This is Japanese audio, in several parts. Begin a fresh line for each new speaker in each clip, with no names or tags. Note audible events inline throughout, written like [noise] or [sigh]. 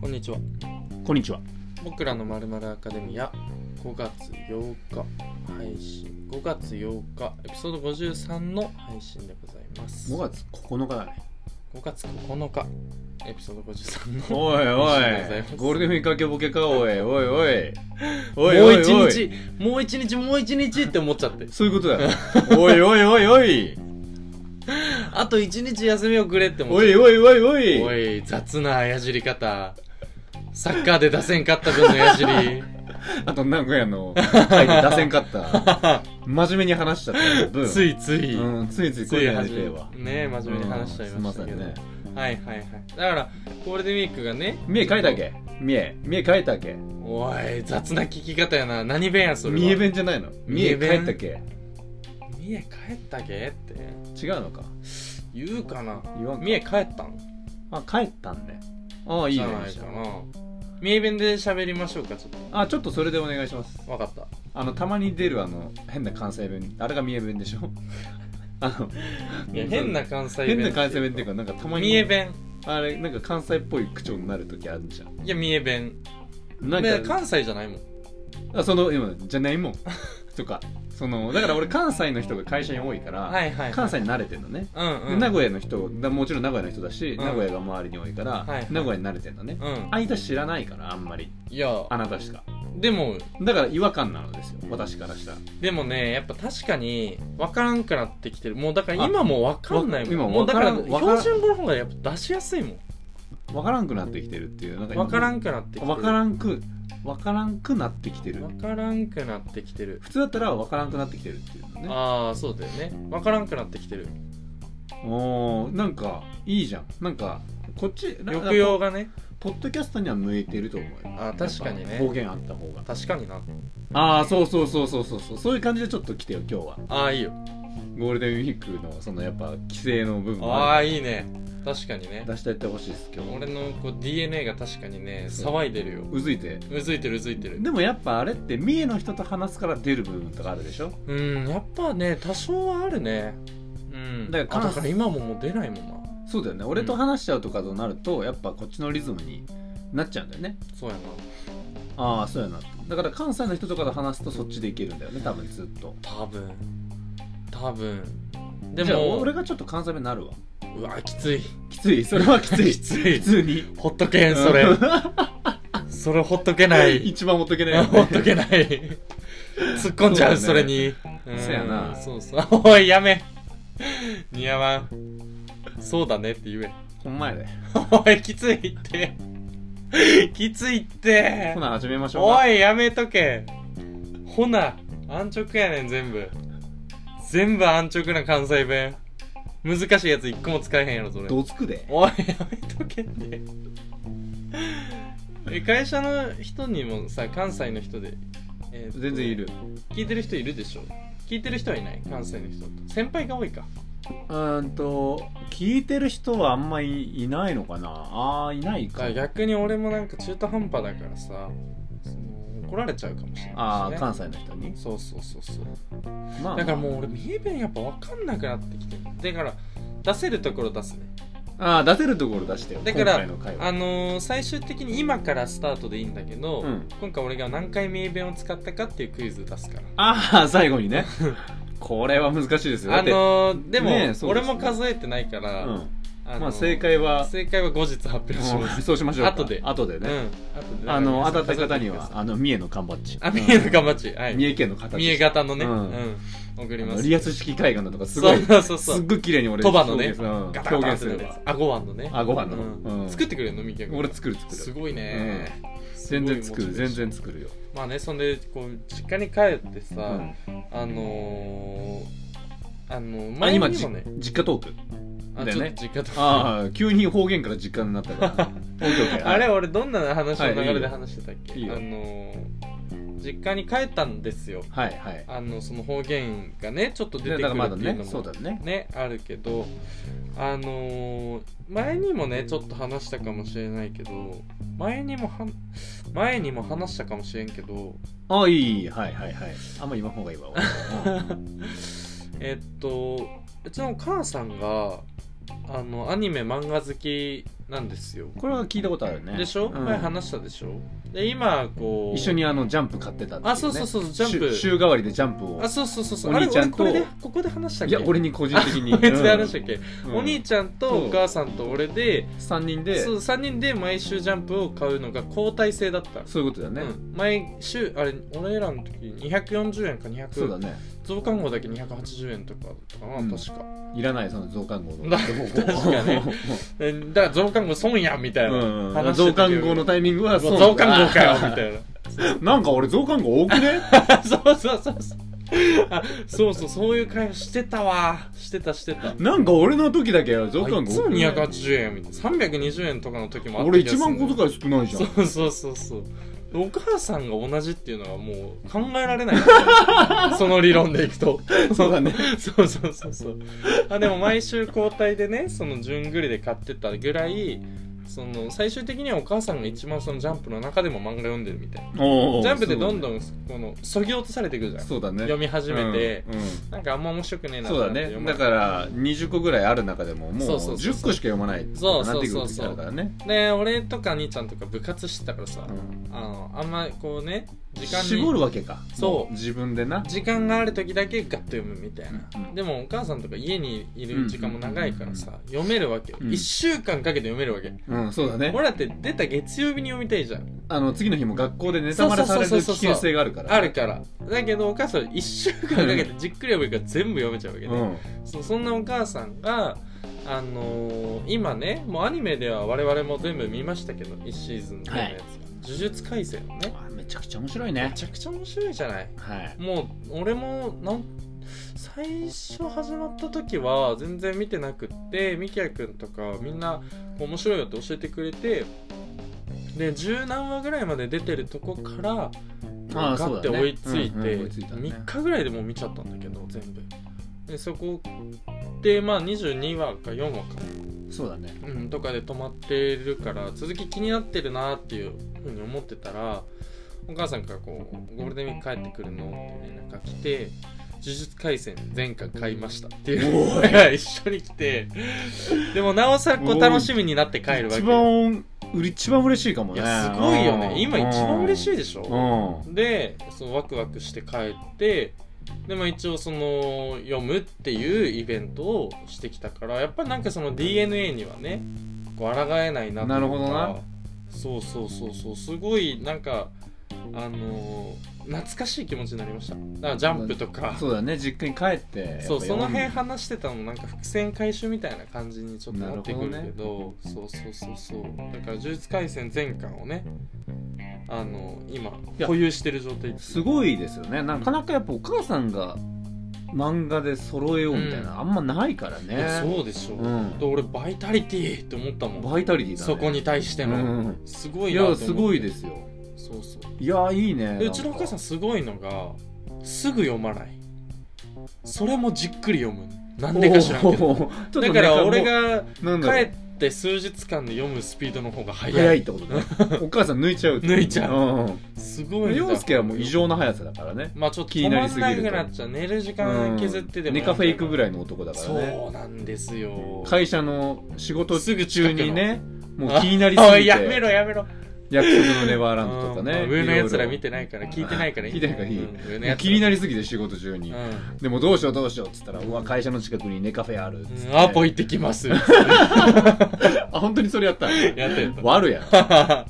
こんにちは
こんにちは。
僕らのまるまるアカデミア5月8日配信5月8日エピソード53の配信でございます
5月9日だね。
5月9日エピソード53の
おいお
ありがとうございます
い、ゴールデンウィーク明けボケか、おいおいおい。おい
も
お
う
い
一
おい。
日もう一日もう一日って思っちゃって
そういうことだよ。おいおいおいおい。
あと一日休みをくれって思っ
お
ちゃって
いおいおいおい。
おい雑なやじり方サッカーで出せんかった分のやじり
あと名古屋 [laughs] の会で出せんかった。真面目に話しちゃった分。
ついつい、
うん、ついついこ
つ
う
い
いうのやり
始
て
め
えわ。
ね真面目に話しちゃいましたけど、
うんすいませんね。
はいはいはいだからゴールデンウィークがね
見え書いたっけ見え、見え書いたっけ
おい雑な聞き方やな何弁やそれは
見え弁じゃないの
見
見
え
え
弁
書いたっけ
三重帰ったけって
違うのか
言うかな
言わんか
三重帰ったん
あ、帰ったんね。ああ、いい
じ
ね
ゃ。ないかな三重弁で喋りましょうかちょっ
あ、ちょっとそれでお願いします。
とわかった
あのたまに出るあの変な関西弁あれが三重
[laughs]
弁でしょあの
いや変な関西弁
変な関西弁っていうかなんかたま
三重
に
弁
あれなんか関西っぽい口調になる時あるじゃん
いや三重弁
なん
ね
か
関西じゃないもん
あその今じゃな
[laughs]
いもんとかそのだから俺関西の人が会社に多いから、
はいはいはい
関西に慣れてんのね、
うん
で
うん
名古屋の人だもちろん名古屋の人だし、
ん
名古屋が周りに多いから、
はいはい
名古屋に慣れてんのね、
うん
間知らないからあんまり
いや
あなたしか
でも
だから違和感なのですよ私からしたら
でもねやっぱ確かに分からんくなってきてるもうだから今も分かんないもん
今
もうだから
分からん
標準語の方がやっぱ出しやすいもん
分からんくなってきてるっていうなんか
分からんくなってきてる
わからんくわからんくなってきてる
分からんくなってきてる
普通だったらわからんくなってきてるっていうのね
ああそうだよね分からんくなってきてる
おーなんかいいじゃんなんかこっちな
抑揚がね
ポポッドキャストには向いてると思うよ
あー確かにね
やっぱ方言あった方が
確かにな
ああそうそうそうそうそうそうそういう感じでちょっと来てよ今日は
ああいいよ
ゴールデンウィークのそのやっぱ規制の部分も
あ
あ
あ
る
いいね確かにね
出してやってほしいです今日
俺のこう DNA が確かにね
そう
騒いでるよ
うずいて
うずいてるうずいてる
でもやっぱあれって三重の人と話すから出る部分とかあるでしょ
うんやっぱね多少はあるねうん
だから
あだから今ももう出ないもんな
そうだよね俺と話しちゃうとかとなるとやっぱこっちのリズムになっちゃうんだよね
そうやな
ああそうやなだから関西の人とかと話すとそっちでいけるんだよね多分ずっと
多分多分で
でも
も
俺がちょっと関西弁になるわ
うわきつい
きついそれはきつい
きつい
[laughs] 普通に
ほっとけん [laughs] それ
うん
それほっとけない
一番持っと [laughs] けないよね
[laughs] ほっとけない突っ込んじゃうそ
そう
れ
だね
にん
そうやな
そうそうおいやめ似合わんそうだねって言え
ほんまやで
おいきついってきついって
ほな始めましょう
お
か
いやめとけほな安直やねん全部全部安直な関西弁難しいやつ一個も使えへんやろそれ
どつくで
おいやめとけってえ会社の人にもさ関西の人で、えーと
全然いる
聞いてる人いるでしょ聞いてる人はいない関西の人先輩が多いか
うーんと聞いてる人はあんまりいないのかなああいない
だ
か
から逆に俺もなんか中途半端だからさその怒られちゃうかもしれないし、ね、
ああ関西の人に
そうそうそうそう
まあ
だからもう俺三重弁やっぱ分かんなくなってきてるだから出せるところ出すね
ああ出せるところ出してよ
だから
今回の回は
あのー最終的に今からスタートでいいんだけど、
うん
今回俺が何回名弁を使ったかっていうクイズ出すから
ああ最後に [laughs] ねこれは難しいですよだ
あ
って
のーでも
ねえそうで
俺
すね
も数えてないから、
うん
あのー
まあ正解は
正解は後日発表し [laughs] ます、
そうしましょうか
後で
後で
うん、
ね、
後で
あの
皆さ
当
ん
たった方
数えて
に
くだ
は
さい
あの三重の缶バッジ
あ三重の頑張ちはい
三重県の形
三重型のね、う
うんん
送り
あ
ま
の
す
リアス式海岸だとかすご
そ
いう
そうそうそ
すっ
う
ごい綺麗に俺
鳥羽のね
表
ガ
現
タ
す
ガタってな
る表現す
る
る
や
わ
つあごわんのね
あご飯の、
う
うんん
作ってくれるのみきゃくん
俺作る作る
すごいね、
全然作
すごいモチベー
る全
ション
然作るよ、
まあねそんでこう実家に帰って
う
さ、
ん、
あのー、あのー、
あ
前にも
今
ね
じ実家トーク
あ
だ
ち
よ
ょっ
ね
と実家とあ
ああ急に方言から実家になったから
[laughs]
オッケーオッケー
れ俺どんな話の流れで
はい
話してたっけ、
いいよ
あのー、実家に帰ったんですよ
はいはい
あのその方言がねちょっと出て
で
く
だ
る
からまだ
っていうの
ね
も
そうだね
ねあるけどあのー前にもねちょっと話したかもしれないけど前にもは前にも話したかもしれんけど
ああいいいいはいはいはいあんま言わん方がいいわ
[laughs]
俺うん
えっとうちのお母さんがあのアニメ漫画好きなんですよ
これは聞いたことあるね
でしょ、
うん
前話したでしょで今こう
一緒にあのジャンプ買ってたっていね
あそうそうそうジャン
週
プ
週替わりでジャンプを
あそうそうそうそう
お兄ちゃ
あ
ん
れ
と
俺これでこ [laughs] こで話したっ
い
け
や俺に個人的に
こいつで話したっけ、
うん
お兄ちゃんとお母さんと俺で、
3人で
そう3人で毎週ジャンプを買うのが交代制だった
そういうことだね、
うん、毎週あれ俺らの時240円か200
そうだね
増刊号だけ280円とかだったかな、
うん
確か
いらないその増刊号の
だ
[laughs]
確かねでだから増刊号損やんみたいな、
う
話
ん、
して
増
たけ
刊
ど
号のタイミングはそう
増刊号か
[laughs]
よみたいな
なんか俺増刊号多く
[laughs]
ね
そうそうそうそうあそうそうそういう会話してたわしてたしてた
なんか俺の時だけ増
あ
刊
い
号
つ
多
も
くね
280円みたいな320円とかの時もあった
俺
気がす
1
る
万個とか少ないじゃん
そうそうそうそうお母さんが同じっていうのはもう考えられない
[laughs]
その理論でいくと
そうだね
そうそうそうそうあでも毎週交代でねその順繰りで買ってたぐらいその最終的にはお母さんが一番そのジャンプの中でも漫画読んでるみたい
[laughs] おーおー
なジャンプでどん
ん
どんこのそぎ落とされていくじゃん、
そうだね
読み始めて、
うんうん
なんかあんま面白くねえな
そうだねだから20個ぐらいある中でももう
そうそうそうそう
10個しか読まないって
そう
なってくる時
そうそうそう
あるからね
らで俺とか兄ちゃんとか部活してたからさ、
うん
あのあんまこうね時間に
絞るわけか
そう
も自分でな
時間がある時だけガッと読むみたいな、
うん
でもお母さんとか家にいる時間も長いからさ、読めるわけよ、
うん
1週間かけて読めるわけ
うんそうだね
俺らって出た月曜日に読みたいじゃん
あの次の日も学校でネタバレされる
そう
危
そうそうそうそう
険性があるから
あるからだけどお母さん1週間かけてじっくり読むから全部読めちゃうわけ
う
ね、
ん
そうそんなお母さんがあのー今ねもうアニメでは我々も全部見ましたけど1シーズンのやつが、
はい
呪術廻戦のね
あめちゃくちゃ面白い
め
ね
ちゃくちゃ面白いじゃない
はい
もう俺もなん最初始まった時は全然見てなくってみきやくんとかみんな面白いよって教えてくれてで十何話ぐらいまで出てるとこから
あ
ガ
あそう
ッ
だ
て
ね
追いついて
うんうん追いついたね
3日ぐらいでもう見ちゃったんだけど全部でそこでまあ22話か4話か、
そうだね
うん、とかで止まってるから続き気になってるなっていうふうに思ってたらお母さんからこう「ゴールデンウィーク帰ってくるの?」って連絡が来て「呪術廻戦全巻買いました」っていう声 [laughs] が一緒に来てでもなおさらこう楽しみになって帰るわけ
一
よ
番うれ一番嬉しいかも
い
ね
やすごいよね今一番嬉
しい
しいでしょ
うん
でそうワクワクして帰ってでも一応その読むっていうイベントをしてきたからやっぱりなんかその DNA にはねこう抗えないなというか
なるほどな
そうそうそうそうすごいなんかあのー懐かしい気持ちになりましただからジャンプとか
そうだね実家に帰ってやっぱ
そうその辺
読
話してたのもなんか伏線回収みたいな感じにちょっとなってくるけ
なる
どそうそうそうそうだから「呪術廻戦」全巻をねあの今
いや
保有してる状態
むすごいですよねなかなかやっぱお母さんが漫画で揃えようみたいな、
うん
あんまないからね
いやそうでしょ、
うん
で俺バイタリティって思ったもん、
バイタリティだ、ね、
そこに対して
う
の、
ん
すご
い
いなと思
や
って
すごいですよ
そうそう
いやいいね
でうちのお母さんすごいのがすぐ読まないそれもじっくり読むなんでか知らんけど
ど
だから俺が
なんだろ
帰
う
って数日間で読むスピードの方が速い
早いってこと
[laughs]
ねお母さん抜いちゃうって
抜いちゃう
うんん
すごいんだ
陽介はもう異常な速さだからね
まあちょっと
気
止
にな
ま
り
ん
すぎる
な
と
くなっちゃう寝る時間削ってで
うん
も
ネカフェ行くぐ
らい
らいの男だからね
そうなんですよ
会社の仕事中にねもう気になりす
おい
ぎて
やめろやめろ
約束のネバーランドとかね
うん上のやつら見
て
てないから聞いてないからいい
聞いてないからいい
うん上のやつら
気になりすぎて仕事中に
う
でもどうしようどうしようっつったらうわ会社の近くにネカフェあるっつっ
ん、
て
うんアポ行ってき
[laughs]
ますやっ
あ本当にそれやった
てん
悪や
だ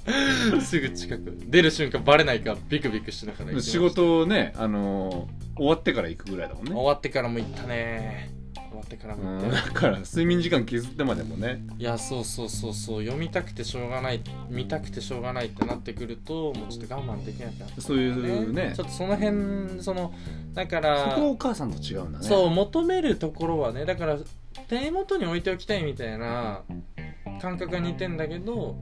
すぐ近く出る瞬間バレないかビクビクしながら行きました
仕事をねあのー終わってから行くぐらいだもん
終
ね
わってからも行ったね終わってからも
う
行
ん
った
だから睡眠時間削ってまでもね
いやそうそうそうそう読みたくてしょうがない見たくてしょうがないってなってくるともうちょっと我慢できなくなって
そういうね
ち
そ
ょっとその辺そのだから
こはお母さんと違うんだね
そう求めるところはねだから手元に置いておきたいみたいな感覚が似てんだけど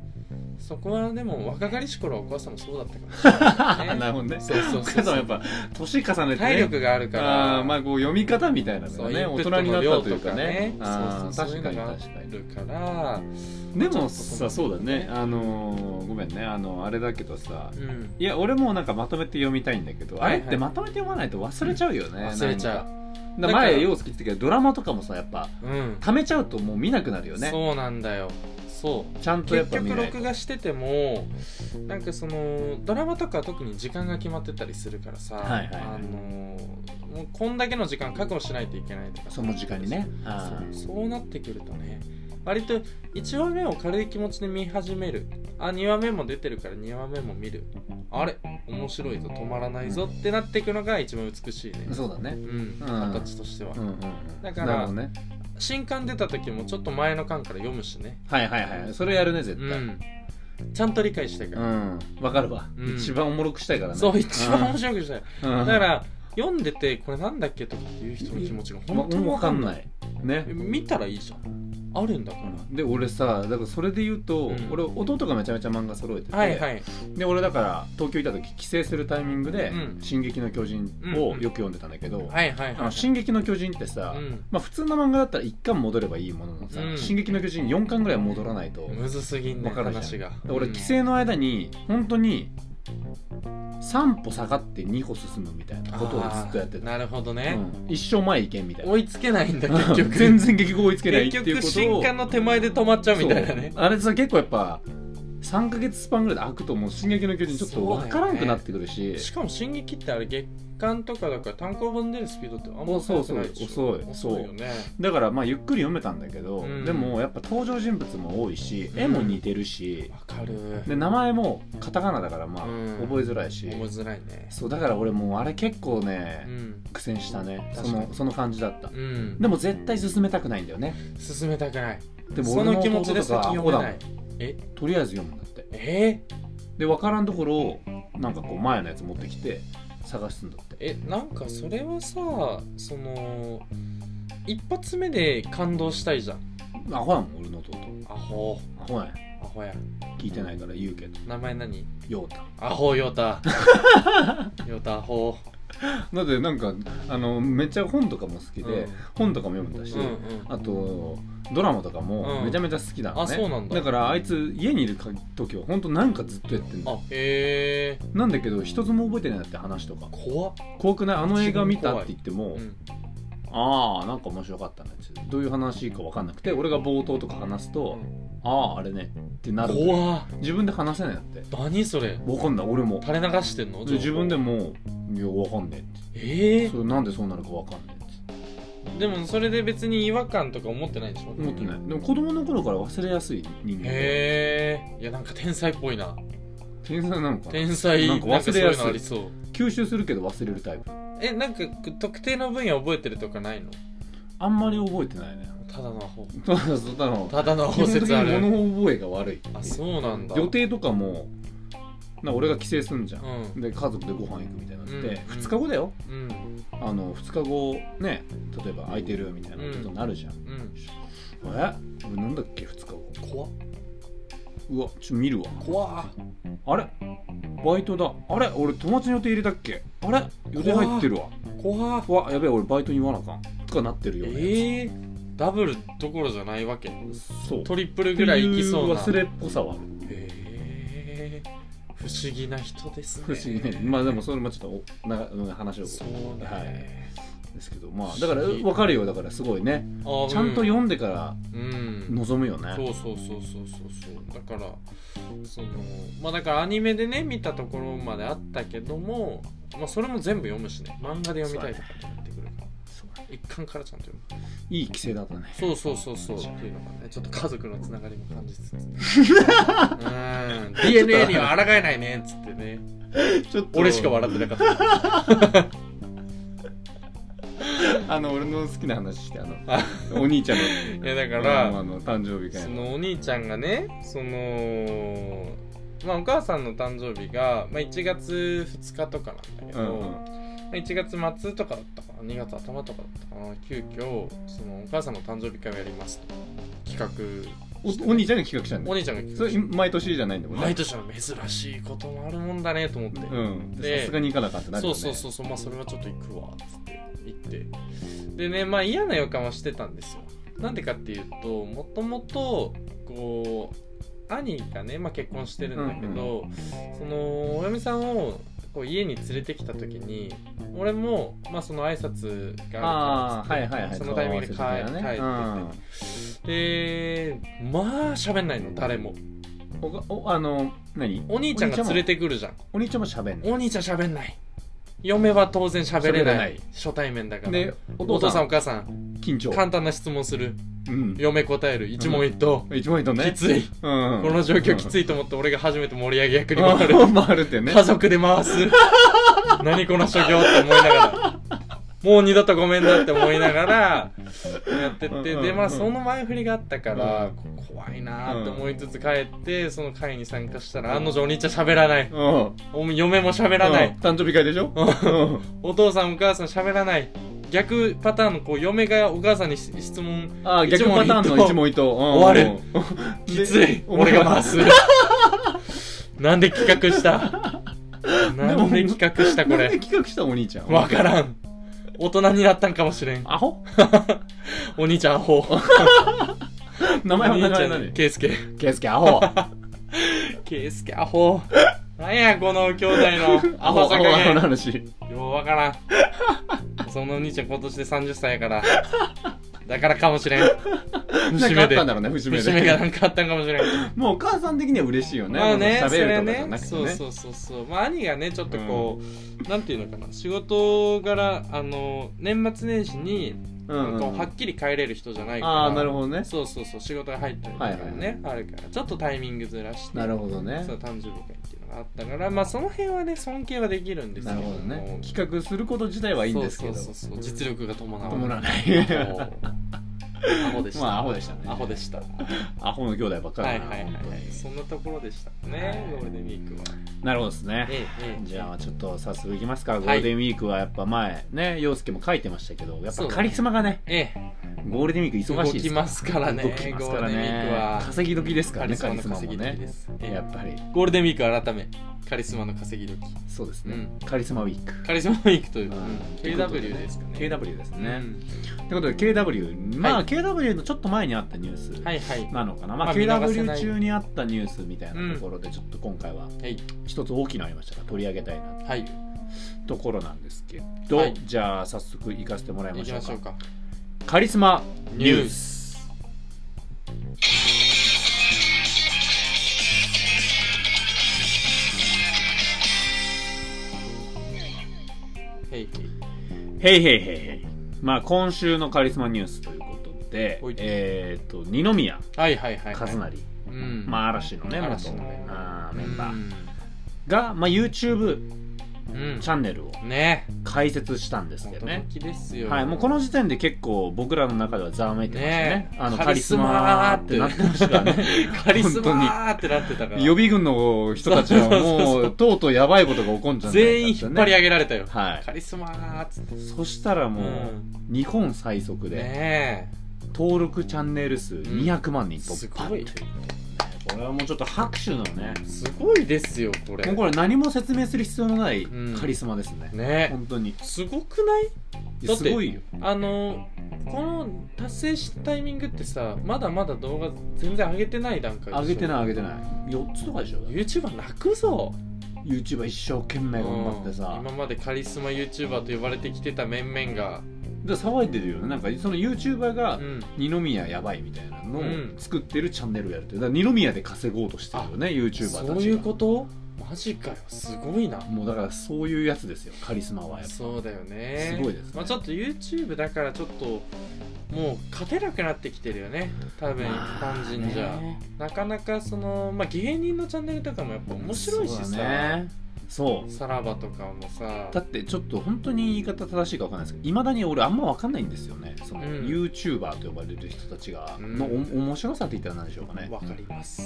そこはでも若かりし頃はお母さんもそうだったかもしれない、
[laughs] [laughs] なるほどね
そうそうそう
お母さんはやっぱ年重ねて、ね、
体力があるから
あーまあこう読み方みたいなの
そう
がね
イン
大
プッ
人
ト
に
の
なった
量
とい
と
う
か
か
ね
ね
そ
あ
う
ー
そうそういう
確か
の
に
があ
確かに
るから
でもさそうだねあのーごめんねあのあれだけどさ
うん
いや俺もなんかまとめて読みたいんだけど、
はいはい
あれってまとめて読まないと忘れちゃうよね、
忘れちゃ
うだから前陽介言ってたけどドラマとかもさやっぱ
ううん
溜めちゃうともう見なくなるよね
そうなんだよそう
ちゃんとやっ
結
ぱ見
局
ないと
録画しててもなんかそのドラマとかは特に時間が決まってたりするからさ、
はいはいはい
あのもうこんだけの時間確保しないといけないとか
その時間にねあ
そう
ー
そうなってくるとね割と1話目を軽い気持ちで見始めるあ2話目も出てるから2話目も見るあれ面白いぞ止まらないぞってなっていくのが一番美しいね、
そうだね
うん、
うん
形としては、
うんうんうん
だから
なるほどね
新刊出た時もちょっと前の巻から読むしね
はいはいはいそれやるね絶
う
対
んちゃんと理解してから
う、んわかるわ、
うん
一番おもろくしたいからね
そう一番面白くしたい、
うん
だから読んでてこれなんだっけとかっていう人の気持ちが
うん
本当に
わ
分
か
かん
ん
ない
ないね
見たらいいじゃんあるんだから、
で俺さだからそれで言うと、
うん
俺弟がめちゃめちゃ漫画揃えてて、
はいはい
で俺だから東京行った時帰省するタイミングで
うん
「進撃の巨人」をよく読んでたんだけど、
はいはい
あ
は
の
い
進撃の巨人」ってさ、
うん
まあ、普通の漫画だったら1巻戻ればいいもののさ「
うん
進撃の巨人」4巻ぐらいは戻らないと、
むずすぎんね
わかるじゃん
話が
で俺
うん
帰省の間に本当に3歩下がって2歩進むみたいなことをずっとやって
あー
た、
なるほど
う
ね、
ん一生前行けんみたいな
追いつけないんだ結局
[laughs] 全然結局追いつけないって
結
いう
局
ことを
新刊の手前で止まっちゃうみたいなね
そうあれさ結構やっぱ3か月スパンぐらいで開くともう「進撃の巨人」ちょっと分からんくなってくるし
しかも進撃ってあれ月刊とかだから単行本出るスピードってあんま
そ
速
う
く
そう
ないでしょ
遅い
遅いよね
だからまあゆっくり読めたんだけど、
うん
でもやっぱ登場人物も多いし
うん
絵も似てるし
わ、かる
で名前もカタカナだからまあ
うん
覚えづらいし、
思いづらいね
そうだから俺もうあれ結構ね、
うん
苦戦したね
確
そ
かに
のその感じだった、
うん
でも絶対進めたくないんだよね
進めたくない
でも
そ
俺
の
の
気持ちで先読めない
弟とか
え
ほらとりあえず読むんだって
えー
で分からんところをなんかこう前のやつ持ってきて探すんだって
えなんかそれはさその一発目で感動したいじゃん
アホやもん俺の弟
アホ
アホやん
アホや
聞いてないから言うけど
名前何
ヨー
アホヨ [laughs] タヨタアホ
タだってなんかあのめっちゃ本とかも好きで、
うん
本とかも読むんだし、
うんうん
あとドラマとか
う
も
ん
めちゃめちゃ好きなのね、
あそうなんだ
からあいつ家にいる時は本当なんかずっとやってん
あ
の
へえ
なんだけど一つも覚えてないなって話とか
ー、怖っ、
怖くないあの映画見たって言っても、
うん、
ああなんか面白かったねってどういう話か分かんなくて俺が冒頭とか話すと、あああれねってなる
怖っ
自分で話せないんだって
何それ
分かんない俺も
垂れ流してんの
で自分で
も
もいや分かんねえ
ええ
ってそれなんでそうなるか分かんねえって
ー、でもそれで別に違和感とか思ってないでしょ
思ってないでも子供の頃から忘れやすい人間で
へえー、いやなんか天才っぽいな
天才なのかな
天才
なんか忘れやすい
なんかそういうのありそう
吸収するけど忘れるタイプ
えなんか特定の分野覚えてるとかないの
あんまり覚えてないね
ただのアホ
ただ [laughs] そうただの
ただのア
基
ホ
本的
説あ
に
る
物覚えが悪い
あそうなんだ
予定とかもなんか俺が帰省すんじゃ、
うんん
で家族でご飯行くみたいになって、
うんうん
2日後だよ
うん
あの2日後ね例えば空いてるみたいなことになるじゃん、
うん
え俺なんだっけ2日後
怖っ
うわちょ見るわ
怖っ
あれバイトだあれ俺友達の予定入れたっけあれ予定入ってるわ
怖っ
うわやべえ俺バイトに言わなあかんとかなってるよね、
えー、ダブルどころじゃないわけ
そう
トリプルぐらいいきそうな
っていう忘れっぽさはある
へえ不思議な人ですね
不思議ねまあでもそれもちょっとおなな話を
そう
はい
ね、
ですけどまあだから
不思議
分かるよだからすごいね
あ
ちゃんと
よ
読んでから
うん、
望むよね、
そうそうそうそうそうそうだからそのまあだからアニメでね見たところまであったけどもまあそれも全部読むしね漫画で読みたいとかってなってくるから
そう
一巻からちゃんと読む
いい規制だったね
そうそうそうそうっていうのがねちょっと家族のつながりも感じつ [laughs] つうーん DNA には抗えないねっつってね
ちょっ
[laughs] 俺しか笑ってなかった
あの俺の好きな話してあの
あ
お兄ちゃんの
いやだか
あの
ら
あの誕生日会
そのお兄ちゃんがねそのまあお母さんの誕生日が、まあ、1月2日とかなんだけ
う
ど、
んうん
1月末とかだったかな2月頭とかだったかな急遽そのお母さんの誕生日会をやりますと企画
おお兄ちゃんが企画したんだ
お
よ
兄ちゃんが聞
それ
く
毎年じゃないんだもんね
毎年は珍しいこともあるもんだねと思って、
うんで
で
さすがに行かなあかったってなる
そ
よ
う
ね
そうそうそうまあそれはちょっと行くわっつって行ってでねまあ嫌な予感はしてたんですよなんでかっていうともともとこう兄がね、まあ、結婚してるんだけど、そのお嫁さんをこう家に連れてきた時に俺も、まあ、その挨拶が
あ
ある
あ
か
は
ら
いはいはい
そのタイミングで帰
顔合わせ的なね
帰っててでまあ喋んないの誰も
うんおおあの何
お兄ちゃんが連れてくるじゃん
お兄ちゃんも喋んない
お兄ちゃん喋んない嫁は当然喋れない
喋れない
初対面だから
でお
お父
父
さ
さ
ん
ん
お母さん
緊張
簡単な質問する
うん
嫁答える一問一答、
一番いいとね
きつい、
うん
この状況き
い
ついと思って俺が初めて盛り上げ役に回 [laughs] る、
回るってね
家族で回
[laughs]
す何この所業って思いながらもう二度とごめんなって思いながらやって
うん
って
うん
でま
う
あ
ん
その前振りがあったから、
うん
怖いなーって思いつつ帰ってその会に参加したら案の定お兄ちゃん喋らない
うん
お嫁も喋らない、
うん誕生日会でしょうん
お父さんお母さん喋らない逆パターンのこう嫁がお母さんにし質問
あー逆パターンの一問一答うん
終わ
で
きつい俺が
[laughs]
回す [laughs] なんで企画したなんで企画したこ
なんで
れ
企画したお兄ちゃん
わからん大人になったんかもしれん
アホ
お兄ちゃんアホ
名前は名前
お
な
兄ちゃん
に
ケイスケ
ケイスケア
[laughs]
ホ
ケイスケアホなんやこの兄弟のアホさ加
ア
減
ホの話
ようわからんそのお兄ちゃん今年で30歳やからだからかもしれん
なん
節
か
目
あっ
で
たんだろうね節目 [laughs]
節目が
で
なんかあったんかもしれん
もうお母さん的には嬉しいよね
まあね、それ
喋るとかじゃ
ね
なくて
そう
ね
そうそうそうまあ兄がねちょっとこう、なんていうのかな仕事柄あの年末年始に、
うん
なん
うん
かはっきり帰れる人じゃないから
ああなるほどね
そうそうそう仕事が入ったりとかね、あるからちょっとタイミングずらして
なるほどね
そう誕生日会っていうのがあったからまあその辺はね尊敬はできるんですけ
なる
ど
ほどね
きっ
企画すること自体はいいんですけど
そうそうそうそう実力が伴わ
伴わ
ない
ない
アホでした、
[laughs] まあアホでしたね
アホでしたは
アホの兄弟ばっかり
い
だ
は
な
は
い
い
本当に
そんなところでしたねゴールデンウィークは
なるほどですね
ええええ
じゃあちょっと早速いきますかゴールデンウィークはやっぱ前ね陽介も書いてましたけどやっぱカリスマがね
ええ、
ゴールデンウィーク忙しい
動き
ですか
ますからね。
動きますから
ゴールデンウィーク
ね
は。
稼ぎ時ですからね
カ
カ
リ
リ
ス
ス
マの
マも
稼ぎ時
ね
です。
やっぱり
ゴールデンウィーク改め、カリスマの稼ぎ時。
そうですね、
うん
カリスマウィーク
カリスマウィークというか、
うん
うん
ということで
KW ですかね。
KW です
う
ね、
ん
ということで KW まあ、
はい
KW のちょっと前にあったニュース
はいはい。
なのかな、まあ
まあ見逃せない
KW 中にあったニュースみたいなところでちょっと今回は
はい。
一つ大きなありましたから取り上げたいな
はい。
ところなんですけど、
はい
じゃあ早速行かせてもらい
行
ま
き
しょ
ま
う
し
か
ょうか。
カリスマ
ニ
ニ
ュ
ュ
ー
ー
ス
ス
はい
へいへいへいへいまあ今週のカリスマニュースということで
ほい
えっ、と二宮
はいはいはいはい。
和成、
うん。
まあ嵐のね
嵐
元
のね
あ
う
ー
ん
メンバーが、まあ、YouTube
うん
チ。ャンネルを
ね
開設したんですけど
驚
ね
きですよ。
はい、もうこの時点で結構僕らの中ではざわめいてましたね
ね
あの
カ
カ
リ
リ
ス
ス
マ
マ
ー
ー
っ
っててなってましたからね
[laughs] カリスマーってなってたから。
予備軍の人たちはもうとうとうやばいことが起こんじゃないか
全員引っ張り
合
上げられたよ。
は
カリスマーっつって。
い、そしたらもう、
うん
日本最速で、
ね
登録チャンネル数200万人
す
突
ご
破、
い
ということでねこれはもうちょっと拍手のね
え。すごいですよ、これ。
もうこれ何も説明する必要のない
うん
カリスマですね、
ね
本当に
すごくない
い
だ
や
って
すごいよ
あのこの達成したタイミングってさまだまだ動画全然上げてない段階
上げてないい上げてない4つとかでしょ
YouTuber 泣くぞ
YouTuber 一生懸命頑張って
う
さ
ん、今までカリスマ YouTuber と呼ばれてきてた面々が
で騒いでるよねなんかその YouTuber が
うん
二宮やばいみたいなのを
うん
作ってるチャンネルをやるってだから二宮で稼ごうとしてるよね YouTuber たちが
そういうことマジかよすごいな
もうだからそういうやつですよカリスマはやっぱ
そうだよね
すごいですね
まあ、ちょっと YouTube だからちょっともう勝てなくなってきてるよね多分一般人じゃ、
まあね
なかなかその、まあ、芸人のチャンネルとかもやっぱ面白いし
そう
さ、
だねそう
さらばとかもさ
だってちょっと本当に言い方正しいかわかんないですけどいまだに俺あんまわかんないんですよねその、
うん
YouTuber と呼ばれる人たちが
うん
の、お面白さって言ったら何でしょうかね
わかります、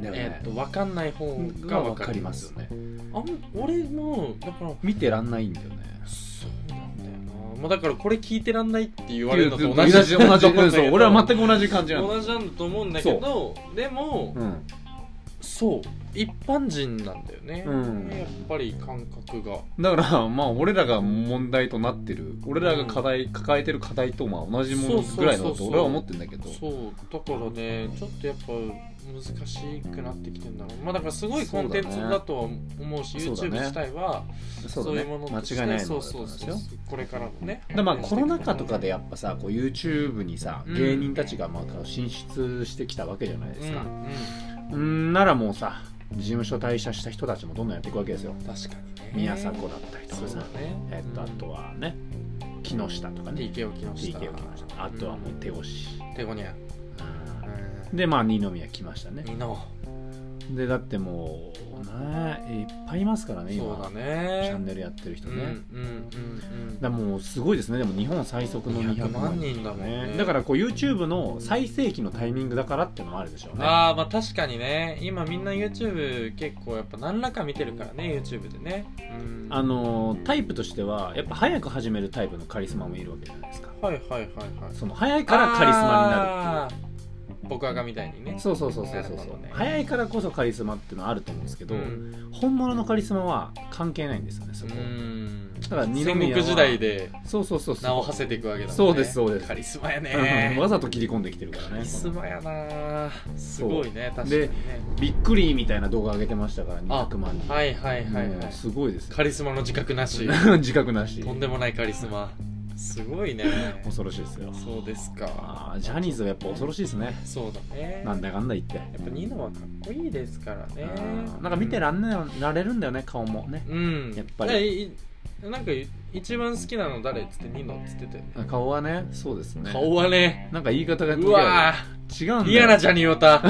だよ
え
ね
っ、とわかんない方が
が
わ
わ
か
か
り
り
ま
ます
す
よね
あん俺もだから
見てらんないんだよね
そうなんだよなもうだからこれ聞いてらんないって言われるのと同
同
じ
じ同じ同じ
だと思うんだけ
そう
ど
俺は全く同じ感じな
[laughs]
の
同じなんだと思うんだけどでも、
うん
そう一般人なんだよね、
うん
やっぱり感覚が
だからまあ俺らが問題となってる俺らが課題抱えてる課題とまあ同じものぐらいだ
そうそうそうそ
と
う
俺は思ってんだけど
そうだからねちょっとやっぱ難しくなってきてんだろうまあだからすごいコンテンツだとは思うし
そうだね
YouTube 自体は
そうだ
そう
ね
いうもの
間
として
違いない
そ
の
うそうそう
よ
これからもね
でまあコロナ禍とかでやっぱさこう YouTube にさ
うん
芸人たちがまあ進出してきたわけじゃないで
う
す
んう
か、
ん
うんならもうさ事務所退社した人たちもどんどんやっていくわけですよ
確かにね
宮迫だったりと
そ
か
うだ
さ、
ね
えっとあと
は
はね木下とかね
TK を木下
TK を木下あとはもう手押し、
ん手ごにゃうん
でまあ二宮来ましたね
二の
でだってもうねいっぱいいますからね
そうだ
今チ
ね
ャンネルやってる人
う
ね、
んうん
だか
うん
らもうすごいですねでも日本最速
うん
の200
200万
万人
人だもんね
ねだからこう YouTube の最盛期のタイミングだからってのもあるでしょうね
あーまあ確かにね今みんな YouTube 結構やっぱ何らか見てるからね YouTube でねうん
あのータイプとしてはやっぱ早く始めるタイプのカリスマもいるわけじゃないですか
はいはいはいはい
その早いからカリスマになるっ
るっていう僕赤みたいに
てい
ね
うそうそうそうそうそう
な
そ
るほ
う、
どね
早いからこそカリスマっていうのはあると思うんですけど、
うん
本物のカリスマは関係ないんですよねそこ、
うん
だから二
戦
宮は
国時代で
そうそうそうそう
名を馳せていくわけだもんね
そうですそうです
カリスマやね
うん [laughs] わざと切り込んできてるから
カ
ね
リスマやなすごいね確かにね
びっくりみたいな動画上げてましたから200万人
はいはいはいは
もう
い
すごいですよ
カリスマの自覚なし
[laughs] 自覚なし
とんでもないカリスマすごいね
恐ろしいですよ
そうですか
あージャニーズはやっぱ恐ろしいですね
そうだね
なんだかんだ言って
やっぱニノはかっこいいですからね
うんなんか見てらんねられるんだよね顔もね
うん
やっぱり
りなんかい一番好きなの誰っつってニノっつってて、
顔はねそうですね
顔はね
なんか言い方が違う
うわ
違うんだよ
ー嫌なジャニオタこ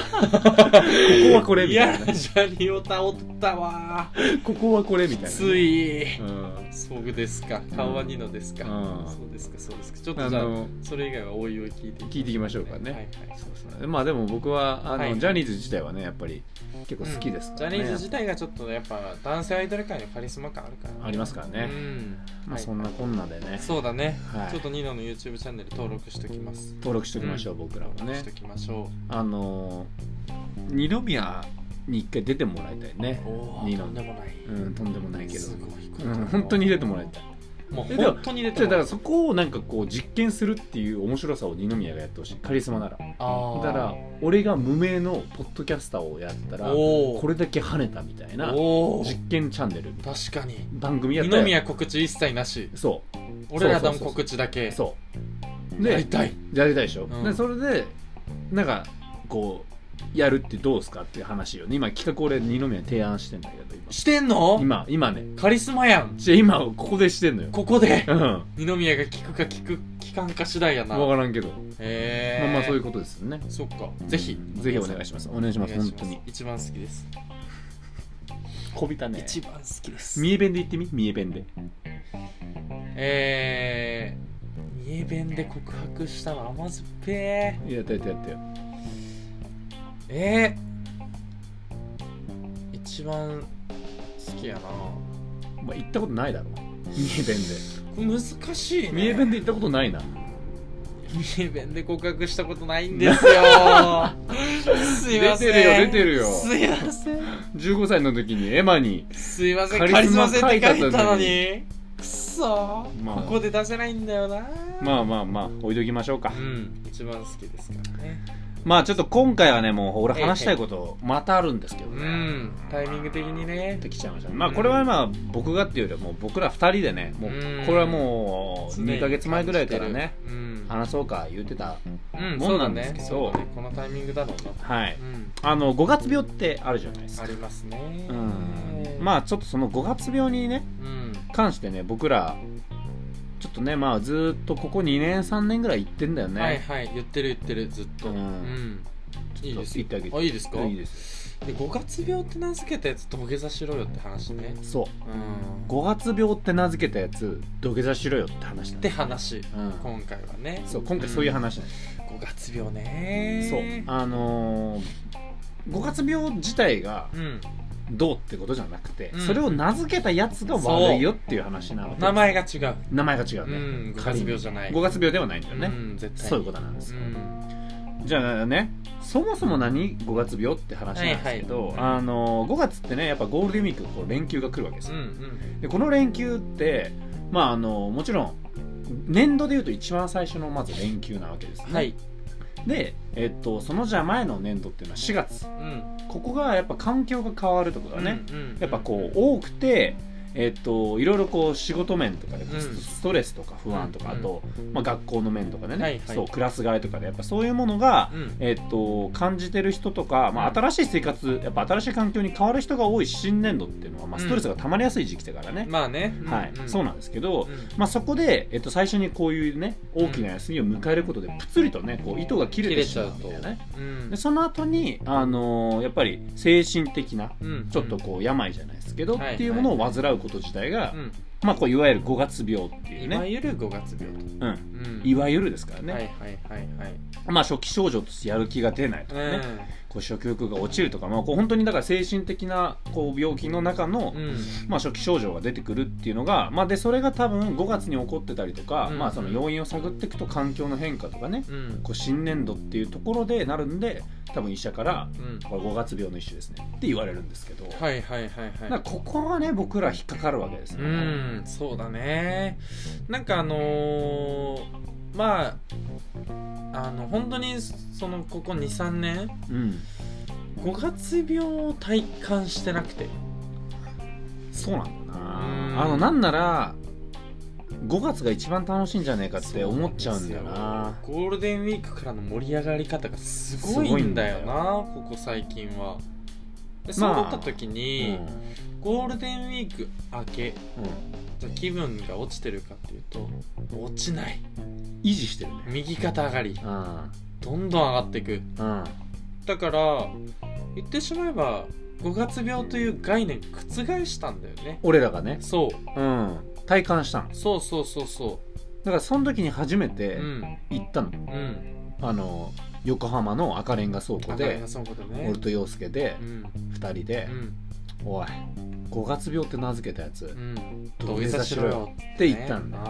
こ [laughs] はこれみたいな
嫌なジャニオタおったわー
ここはこれみたいな
つい
うん
そうですか顔はニノですか、
うん
そうですかそうですかちょっと
あ
じゃあ
の
それ以外はおいおい聞いて
聞いていきましょうか
はいは
ね
い
そうですねまあでも僕はあ
はい
のジャニーズ自体はねやっぱり結構好きですからね
ジャニーズ自体がちょっとねやっぱ男性アイドル界のカリスマ感あるからね
ありますからね
うん
まあそんなこんなでね
そうだね、
はい
ちょっとニノの YouTube チャンネル登録しておきます
登録しておきましょう、僕らも
登録
ね
しておきましょ
あのー二宮に一回出てもらいたいね
うおお
ニノ
とんでもない、
うんとんでもないけど
すごいこと
う
だ
ん本当に出てもらいたい
もう
えでも
本当に出
じ
て
ゃ
も
あだかららそこをなんかこう実験するっていう面白さを二宮がやってほしいカリスマならだ
あー
から俺が無名のポッドキャスターをやったら
おー
これだけ跳ねたみたいな
おー
実験チャンネル
確かに
番組やった
二
ら
宮告知一切なし
そ
俺らの
そうそうそうそう
告知だけ
うそう
や
で
りたい
やりたいでしょ、
うん
でそれでなんかこうやるってどうですかっていう話よね今企画俺二宮に提案してんだけど
してんの
今今今ね
カリスマやん
じゃあ今ここでしてんのよ
ここで
うん分
二宮が聞くか聞く期間か次第やな
からんけど、
えー、
まあまあそういうことですよね
そっかぜひ
ぜひお願いしますお願いします本当に
一番好きです、
こびたね
一番好きです
三重弁で言ってみ三重弁で
えー、三重弁で告白したの甘酸っぱいえ
いややってやってやってよ
ー、一番好きやな
お前行ったことないだろ [laughs] 三重弁で
これ難しいね
三重弁で行ったことないな
三重弁で告白したことないんです
[laughs]
よすいません
出てるよ出てるよ
すいません
15歳の時にエマに
すいませんカ
カ
リ
リ
ス
ス
マ
マ
戦って書いたのにくそー、
まあ
ここで出せないんだよな
まあまあまあ置いときましょうか、
うん一番好きですからね
まあちょっと今回はねもう俺話したいことまたあるんですけど
う
ね、
んタイミング的にね
ってきちゃいましたねまあこれはまあ僕がっていうよりはもう僕ら2人でねもう
うん
これはもう
常に
2ヶ月前ぐらいからね
感じてるうん
話そうか言ってた
うん
も
そうん
な
だ
んです
ね
けど
そうだねこのタイミングだろうな
はい
うん
あの5月病ってあるじゃないです
あ
か
りますね
うんまあちょっとその5月病にね
うん
関してね僕らちょっとねまあずーっとここ2年3年ぐらい行ってんだよね、
はいはい言ってる言ってるずっと
うん
うんいいです
ちょっと言ってあげて
あいいですか
いいです
で五月病って名付けたやつ土下座しろよって話ね
よそう
うん
5月病って名付けたやつ土下座しろよって話だ
って話
うん、
今回はね
そう今回そういう話なんです
五月病ね
そうあのー、五月病自体が
うん
どうってことじゃなくて、
うん
それを名付けたやつが悪いよっていう話なわけです
名前が違う、
名前が違
う
うね、
ん五月病じゃない
五月病ではないんだよね、
うん絶対
そういうことなんですよ、
うん
じゃあねそもそも何5月病って話なんですけど、
はいはい
あの5月ってねやっぱゴールデンウィークこう連休が来るわけです
うん
よ、
うん
でこの連休ってまああのもちろん年度でいうと一番最初のまず連休なわけですね、
はい
で、えっと、そのじゃあ前の年度っていうのは4月
うん
ここがやっぱ環境が変わるところがね、
うんうん
やっぱこう多くて、えっと、いろいろこう仕事面とかでこう
うん
ストレスとか不安とか、
うん
あと、まあ、学校の面とかでね、
はいはい
そうクラス替えとかでやっぱそういうものが、
うん
えっと、感じてる人とか、
う
まあ、
ん
新しい生活やっぱ新しい環境に変わる人が多い新年度っていうのは、まあ、
うん
ストレスが溜まりやすい時期だからね、
まあね
はいそうなんですけど、
うん
まあ、そこで、えっと、最初にこういうね大きな休みを迎えることでぷつりとねこう糸が切れてしまうみたいなね
うん
でその後にあのーやっぱり精神的な
うん
ちょっとこう病じゃないですけど、
はい
っていうものを患うこと自体が、
うん
まあ、こういわゆる五月病っていう
いわ
ね
ゆる五月病と
うん
うん
いわゆるですからね、
はいはいはいはい
まあ、初期症状としてやる気が出ないとかね、こう食欲が落ちるとか、まあ、こう本当にだから精神的なこう病気の中の、
うん
まあ、初期症状が出てくるっていうのが、まあ、でそれが多分5月に起こってたりとか、
うん
まあ、その要因を探っていくと環境の変化とかね
うん
こう新年度っていうところでなるんで多分医者から
うん
これ5月病の一種ですねって言われるんですけど、
はいはいはいはい
だからここがね僕ら引っかかるわけですよ
う
ね、
んそうだねなんかあのーまああの本当にそのここ23年
うん
五月病を体感してなくて
そうなんだよ
う
な、
ん
あのなんなら5月が一番楽しいんじゃねえかって思っちゃうんだよ
そうな
なん
ですよゴールデンウィークからの盛り上がり方がすごいんだよなここ最近はでそう
まあ
思った時
うん
に、ゴールデンウィーク明け
うん
じゃあ気分が落ちてるかっていうと落ちない
維持してるね
右肩上がり
うん
どんどん上がっていく
うん
だから言ってしまえば五月病という概念覆したんだよね
俺らがね、
そう
うん、体感したのだ
そうそうそうそ
からその時に初め
う
て
うん
行ったの、
うん
あの横浜の赤レンガ倉庫
赤い
で
ハソンことね
俺と陽介で
うん
2人で
うん
「おい5月病って名付けたやつ、
うん
土下座しろよ
っ
って言ったんだよ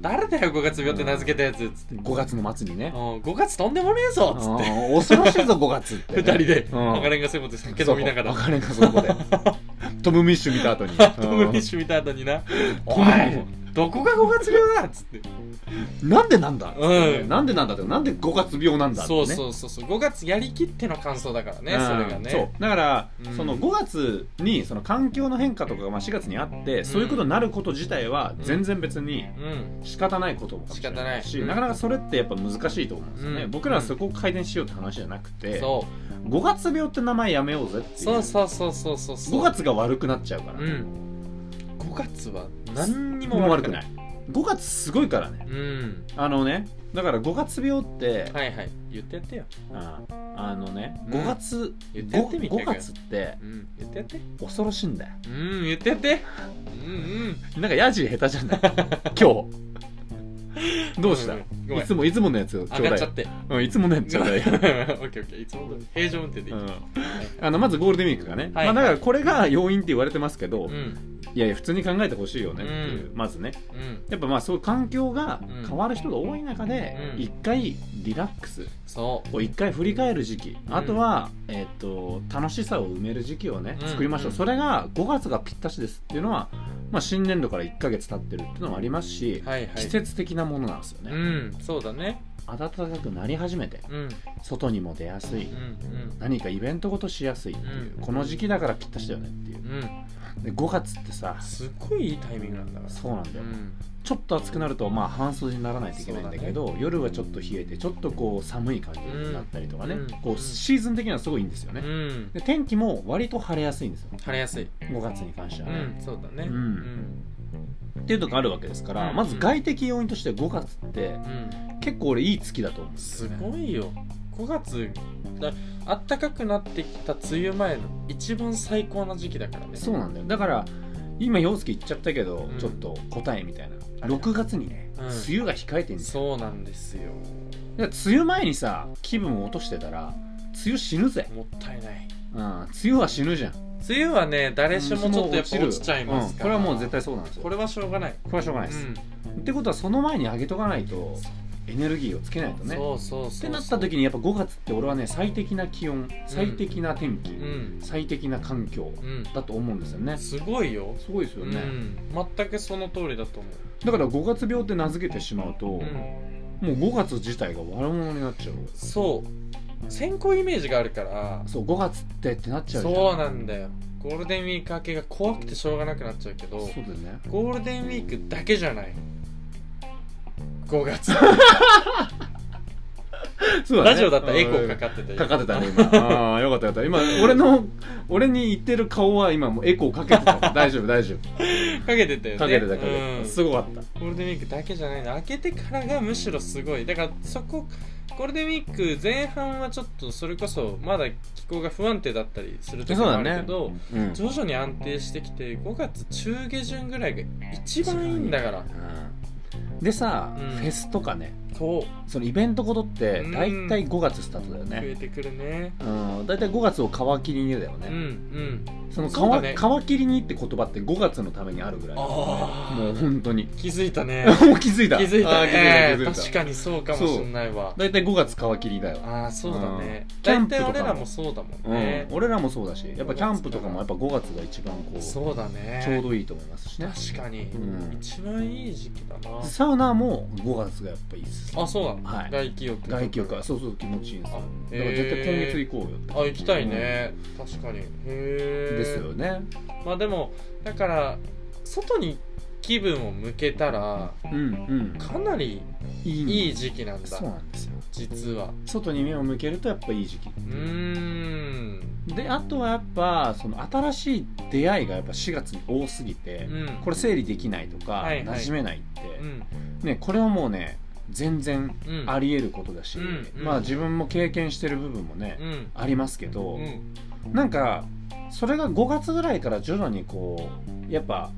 だ誰だよ五月病って名付けたやつっつって
5月の末にね
うん五月とんでもねえぞっつっ
あー恐ろしいぞ5月って、
て二人で
うん
赤レンガそういうこと酒飲みながら [laughs]
そう赤レンガそこでトム・ミッシュ見た後に
トム・フィッシュ見た後にな「
おい
このどこが五月病だ!」っつって
うんなんでなんだ、
うん
なんでなんだってなんで5月病なんだって、
そ
ね、
うそうそうそう5月やりきっての感想だからね
うん
それがね
そうだから、
うん
その5月にその環境の変化とかがまあ4月にあって、そういうことになること自体は
うん
全然別に
うん
仕方ないことも
仕方ない
し、
うん
なかなかそれってやっぱ難しいと思うんですよね、
うん
僕らはそこを改善しようって話じゃなくて、
そ
5月病って名前やめようぜっていう
うそうそうそうそうそうそう
5月が悪くなっちゃうから、
うん5月は何にも
もう悪くないい5月すごいからね
うん
あのねだから5月病って、
はいはい言ってやってよ
ああのね
うん
5月、
言ってやってみ
5,
たいから
月って
うん言ってやって
恐ろしいんだよ
うん言ってやってうんうん
なんかヤジ下手じゃない [laughs] 今日どうした、
んごめん
いつもいつものやつをち
上
ょ
がっ
うだい
ちゃって
うん、いつものやつち
じゃ
ょう
あ [laughs] オ
だい
ッケーオッケーいつも通り平常運転でいい、
う
うんん
あのまずゴールデンウィークがね、
はい
まあ、だからこれが要因って言われてますけど、
う
い
ん
やいや普通に考えてほしいよねっていう、まずねやっぱまあそういう環境が
うん
変わる人が多い中で
うん
一、回リラックス
そ
こう一回振り返る時期、
うん
あとは、えっと楽しさを埋める時期をね
うん
作りましょう、
うん
それが5月がぴったしですっていうのは、まあ、新年度から1ヶ月経ってるっていうのもありますし
う、はいはい
季節的なものなんですよね、
うんそうだね
暖かくなり始めて
うん
外にも出やすい、
うんうん
何かイベントごとしやすいっていう、
うん
この時期だからぴったしだよねっていう
うん
で5月ってさ
すっごいいいタイミングなんだから
そうなんだ
ん
よ、ちょっと暑くなるとまあ半袖にならないといけないんだけど夜はちょっと冷えてちょっとこう寒い感じになったりとかね、
うん
こ
うん
うシーズン的にはすごいいいんですよね、
うん
で天気も割と晴れやすいんですよ
晴れやすい
5月に関しては
う
ね、
んそうだね
うん
うん
っていうのがあるわけですから、
うん
まず外的要因として5月って
うん
結構俺いい月だと思うんです
す
よね
ごいよ5月だあったかくなってきた梅雨前の一番最高な時期だからね
そうなんだよだから今陽介言っちゃったけど、
うん
ちょっと答えみたいな6月にね、
うん
梅雨が控えてんですよ
そうなんですよ
だから梅雨前にさ気分を落としてたら梅雨死ぬぜ、
もったいない
うん、梅雨は死ぬじゃん
梅雨はね誰しもちょっとやっぱ
うん
落ちちゃいますから、
うんこれはもう絶対そうなんですよ
これはしょうがない、
これはしょうがないです、ってことはその前に上げとかないとエネルギーをつけないとね
そうそうそう
ってなった時にやっぱ5月って俺はね最適な気温最適な天気、
うん
最適な環境
うん
だと思うんですよね
すごいよ、
すごいです
う
よね、
ん、全くその通りだと思
だから5月病って名付けてしまうと、
う、うん、
もう5月自体が悪者になっちゃう
そう先行イメージがあるから
そう5月ってってなっちゃうじゃん
そうなんだよゴールデンウィーク明けが怖くてしょうがなくなっちゃうけど
そうだよね
[laughs] ゴールデンウィークだけじゃない5月
そうね
ラジオだったらエコーかかってたよ
かかってた
[laughs]
ね今ああよかったよかった今俺の俺に言ってる顔は今もうエコーか
[laughs]
けてた大丈夫大丈夫
かけてたよね
かけてたかけて
う
た
ん
すごかった
ゴールデンウィークだけじゃないの明けてからがむしろすごいだからそこゴールデンウィーク前半はちょっとそれこそまだ気候が不安定だったりする時もあるけど、
うん
徐々に安定してきて5月中下旬ぐらいが一番いいんだから
うんでさ、
うん
フェスとかね
そう
そのイベントごとって
うん
大体5月スタートだよ
増
ね、
えてくるね
うん、大体5月を皮切りにだよ
うんう
ね、
ん
その皮
そうだね
皮切りにって言葉って5月のためにあるぐらいだから
あー
ねもう本当に
気づいたね
[laughs] もう気づい
気
た
づいた
あー
ね
気づいた気づいた
確かにそうかもしんないわ
大体5月皮切りだよ、
ああそうだね
うんキャ
大
ンプ
体
とか
俺らもそうだもんね
うん、俺らもそうだしやっぱキャンプとかもやっぱ5月が一番こうち
そうだね
ょうどいいと思いますしね
確かに
うん
一番いい時期だな
サウナも5月がやっぱいいっす
あそうなんだ
はい
外気浴
外気浴はそうそう気持ちいいんですよ
あ
だから絶対今月行こうよって
あ行きたいね確かにへえ
ですよね
まあでもだから外に気分を向けたら
うんうん
かなり
い
い
い
い時期なんだ
そうなんですよ
実は
外に目を向けるとやっぱいい時期
うーん
であとはやっぱその新しい出会いがやっぱ4月に多すぎて、
うん
これ整理できないとか、
はいはい
馴染めないって、
うん
ね、これはもうね全然
うん
ありえることだし、
うんうん
まあ自分も経験してる部分もね、
うん
ありますけど、
うん
なんかそれが5月ぐらいから徐々にこうやっぱ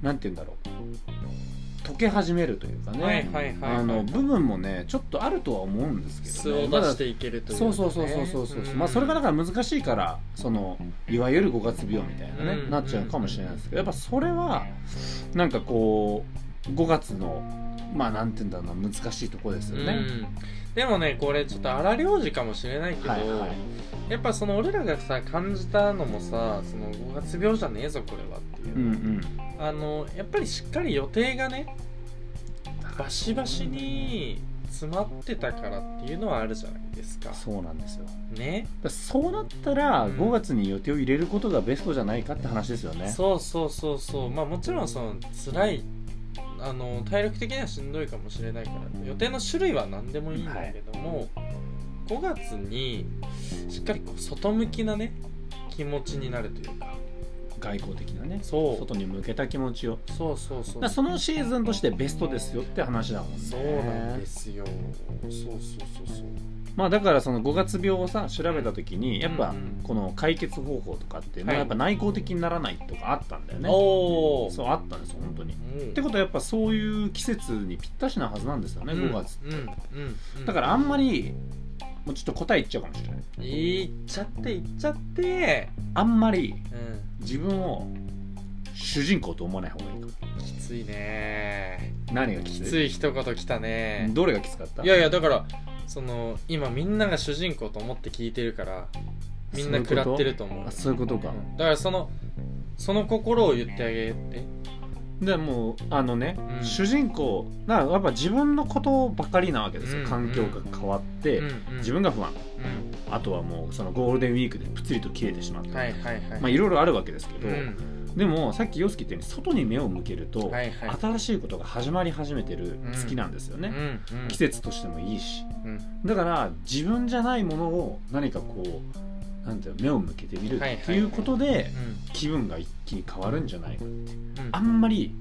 なんて言うんだろう溶け始めるというかね、
はいはいはいはい
あの部分もねちょっとあるとは思うんですけ
素
ど、ね、
を出していけるというか
そ
ね
うそうそうそうそうそう、まあそれがだから難しいからそのいわゆる5月病みたいなね、
うん
なっちゃうかもしれないですけどやっぱそれはなんかこう5月のまあなんて言うんだろうな難しいとこですよ
う
ね、
んでもねこれちょっと荒療治かもしれないけど、
はいはい
やっぱその俺らがさ感じたのもさその5月病じゃねえぞこれはっていう、
うんうん
あのやっぱりしっかり予定がねバシバシに詰まってたからっていうのはあるじゃないですか
そうなんですよ
ね
だからそうなったら
うん
5月に予定を入れることがベストじゃないかって話ですよね、
そうそうそうそうまあもちろんその辛いあの体力的にはしんどいかもしれないから予定の種類は何でもいいんだけども、5月にしっかりこう外向きなね気持ちになるというか
外交的なね
そう
外に向けた気持ちを
そうそうそ
だ
う
からそのシーズンとしてベストですよって話だもんね
そうなんですよそうそうそうそう
まあだからその5月病をさ調べた時にやっ
う
ぱ
んうん
この解決方法とかっていうの
はい
はやっぱ内向的にならないとかあったんだよね、
おお
そうあったんですよ本当にっ
って
ことはやっぱそういう季節にぴったしなはずなんですよね5月、
うんうんうん
だからあんまりもうちょっと答え言っちゃうかもしれない
らいっちゃっていっちゃって
あんまり
うん
自分を主人公と思わない方がいいかも
きついね
何が
き
きつ
つ
い
い一言きたね
どれがきつかった
いやいやだからその今みんなが主人公と思って聞いてるからみんな食らってると思う
あそういうことか、
うんだからそのその心を言ってあげて
でもうあのね、
うん
主人公なやっぱ自分のことばかりなわけです
う
よ、
ん
環境が変わって、
うんうん
自分が不安
うん
あとはもうそのゴールデンウィークでプツリと切れてしまった、
はいはいはい
まあいろいろあるわけですけど、
うん
でもさっき洋介言ったように外に目を向けると、
はいはい
新しいことが始まり始めてる月なんですよ
う
ね、
んうん
季節としてもいいし
うん
だから自分じゃないものを何かこうなんていうの目を向けてみるっ
はいはい
ていうことで
うん
気分が一気に変わるんじゃないかって
うん
あんまり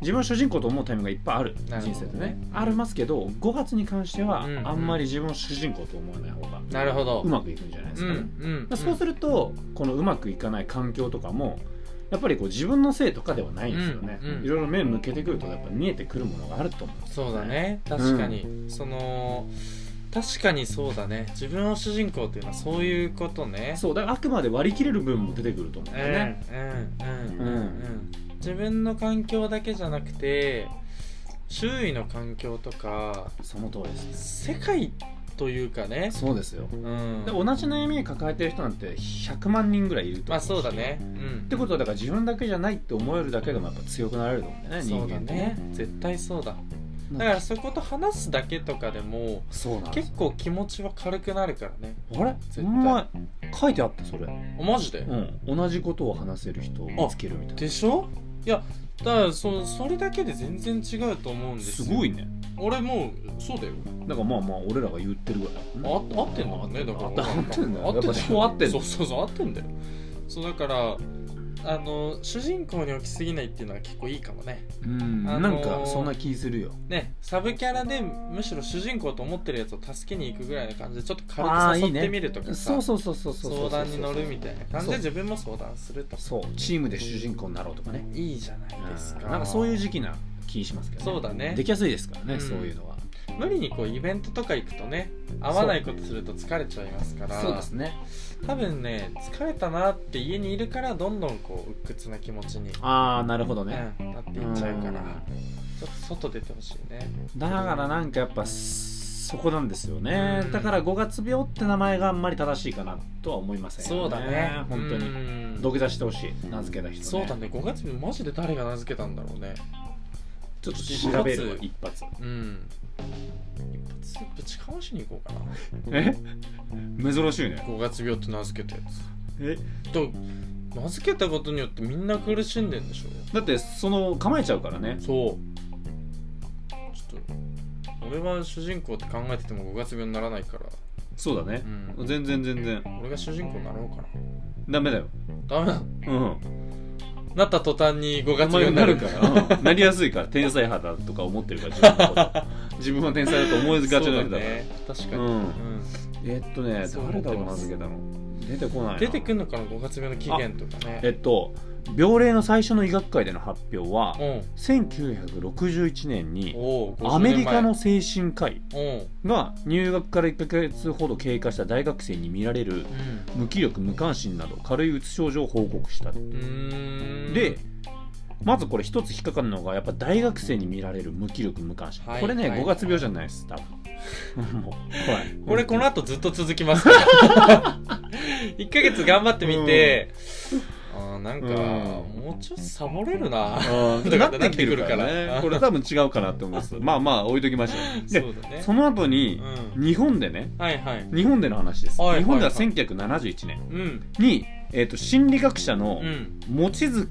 自分は主人公と思うタイミングがいっぱいある
なるほどね
人生でねありますけど5月に関しては
うん
あんまり自分を主人公と思わない方が
なるほど
うまくいくんじゃないです
うん
かね。
うん
まあそうするとこのうまくいかない環境とかもやっぱりこう自分のせいとかではないんですよね
うんうん
いろいろ目向けてくるとやっぱ見えてくるものがあると思う
そうだね確かに、その確かにそうだね自分を主人公っていうのはそういうことね
そうだからあくまで割り切れる部分も出てくると思う
う
んだよね、
んうんうんうんうん自分の環境だけじゃなくて周囲の環境とか
その通りです
世界というかね
そうですよ
うん
で同じ悩み抱えてる人なんて100万人ぐらいいると思う
まあそうだねうん
ってことはだから自分だけじゃないって思えるだけでもやっぱ強くなれると思うんだよね人
そう
間
だ
って
ね絶対そうだ
なん
だ
か
からそこと話すだけとかでも
そうなんです
結構気持ちは軽くなるからね
あれ
絶
お
対
前書いてあったそれ、
あマジで、
うん、同じことを話せる人を見つけるみたい
でしょいやだからそそれだけで全然違うと思うん
な
です
す
よ
ごいね
俺もうそうだよ
だからまあまあ俺らが言ってるぐらいだ
あ
もんね
合ってんだもんねだから
あ合ってんだよ
合ってんだ
やっぱ思考合ってんだよ
そうそうそう合ってんだよそうだからあの主人公に置きすぎないっていうのは結構いいかもね
うん
あ
な
のー
んかそんな気するよ
ねサブキャラでむしろ主人公と思ってるやつを助けに行くぐらいの感じでちょっと
あ
軽く
ーい
誘
い
っ
ね
てみるとかさ
そうそうそうそうそうそう
相談に乗るみ
い
たいな感じで
そう
自分も相談すると
そうチームで主人公になろうとかね
いいじゃないですか
なんかそういう
時
時期な気しますけど、ね、
そうだね
できやすいですからね、
うん
そういうのは
無理にこうイベントとか行くとね合わないことすると疲れちゃいますから
ね
多分ね疲れたなって家にいるからどんどんこう鬱屈な気持ちに、
ああなるほどね、
うんなっていっちゃうからちょ
うん
っと外出てほしいね
だからなんかやっぱそこなんですよね、
うん
だから五月病って名前があんまり正しいかなとは思いませんよ本当に
に
土下座してほしい名付けた人、ね、
そうだね5月にマジで誰が名付けたんだろうね
ちょっと調べるわ一発
うん一発ぶちかましに行こうかな
え珍しいね
5月病って名付けたや
え
つと名付けたことによってみんな苦しんでんでしょ
だってその構えちゃうからね
そうちょっと俺は主人公って考えてても5月病にならないから
そうだね
う、ん
全然全然
俺が主人公になろうかな
ダメだよ
ダメだ
うん
なった途端に5月
お前
病
が
にな
な
る
る
か
から
[laughs]
ら、うんなりやすいから天才肌とか思ってるから自分の
[laughs]
こと自分は天才だと思いがちなわけだから
ね確か
う
に、
ん
うん
えっとね
そう
誰だろう名付けたの出てこないな
出てくんのかな5月病の起源とかね
えっと病例の最初の医学会での発表は
うん
1961年に
おう50年前
アメリカの精神科医
うんうん
が入学から1ヶ月ほど経過した大学生に見られる無気力無関心など軽いうつ症状を報告した
うーん
でまずこれ一つ引っかかるのがやっぱ大学生に見られる無気力無関心、
はい
これね、
はい
5月病じゃないです多分 [laughs] もう怖い
これこの後ずっと続き [laughs] ますから1ヶ月頑張ってみて、あーなんか、
うん
もうちょっとサボれるな
あーな
だ
っ
から
てきてるから
なってくるから
ねこれ多分違うかなって思いますまあまあ置いときましょうで
そうだね
その後に
うん
日本でね
はいはい
日本での話です、
はい
日本では
はい
1971年
うん
に、えー、と心理学者の
うん
望月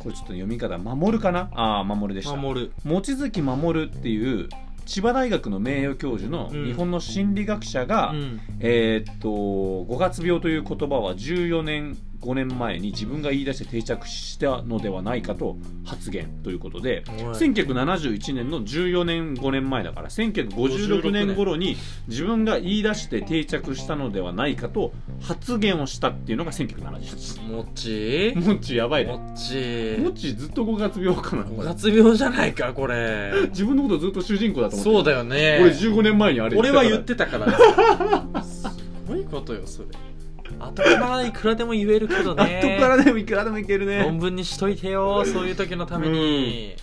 これちょっと読み方守るかなああ守るでした
守る
望月守っていう千葉大学の名誉教授の
うん
日本の心理学者が、
うん
えーっと5月病という言葉は14年5年前に自分が言い出して定着したのではないかと発言ということで1971年の14年5年前だから1956年頃に自分が言い出して定着したのではないかと発言をしたっていうのが1971
もち
年もっちやばいね
もち
もっちずっと5月病かな
五月病じゃないかこれ
自分のことずっと主人公だと思って
そうだよね
俺15年前にあれ
俺は言っててたからねすごいことよそれ後からいくらでも言えるけど
たから
ね
後からでもいくらでもいけるね
論文にしといてよそういう時のために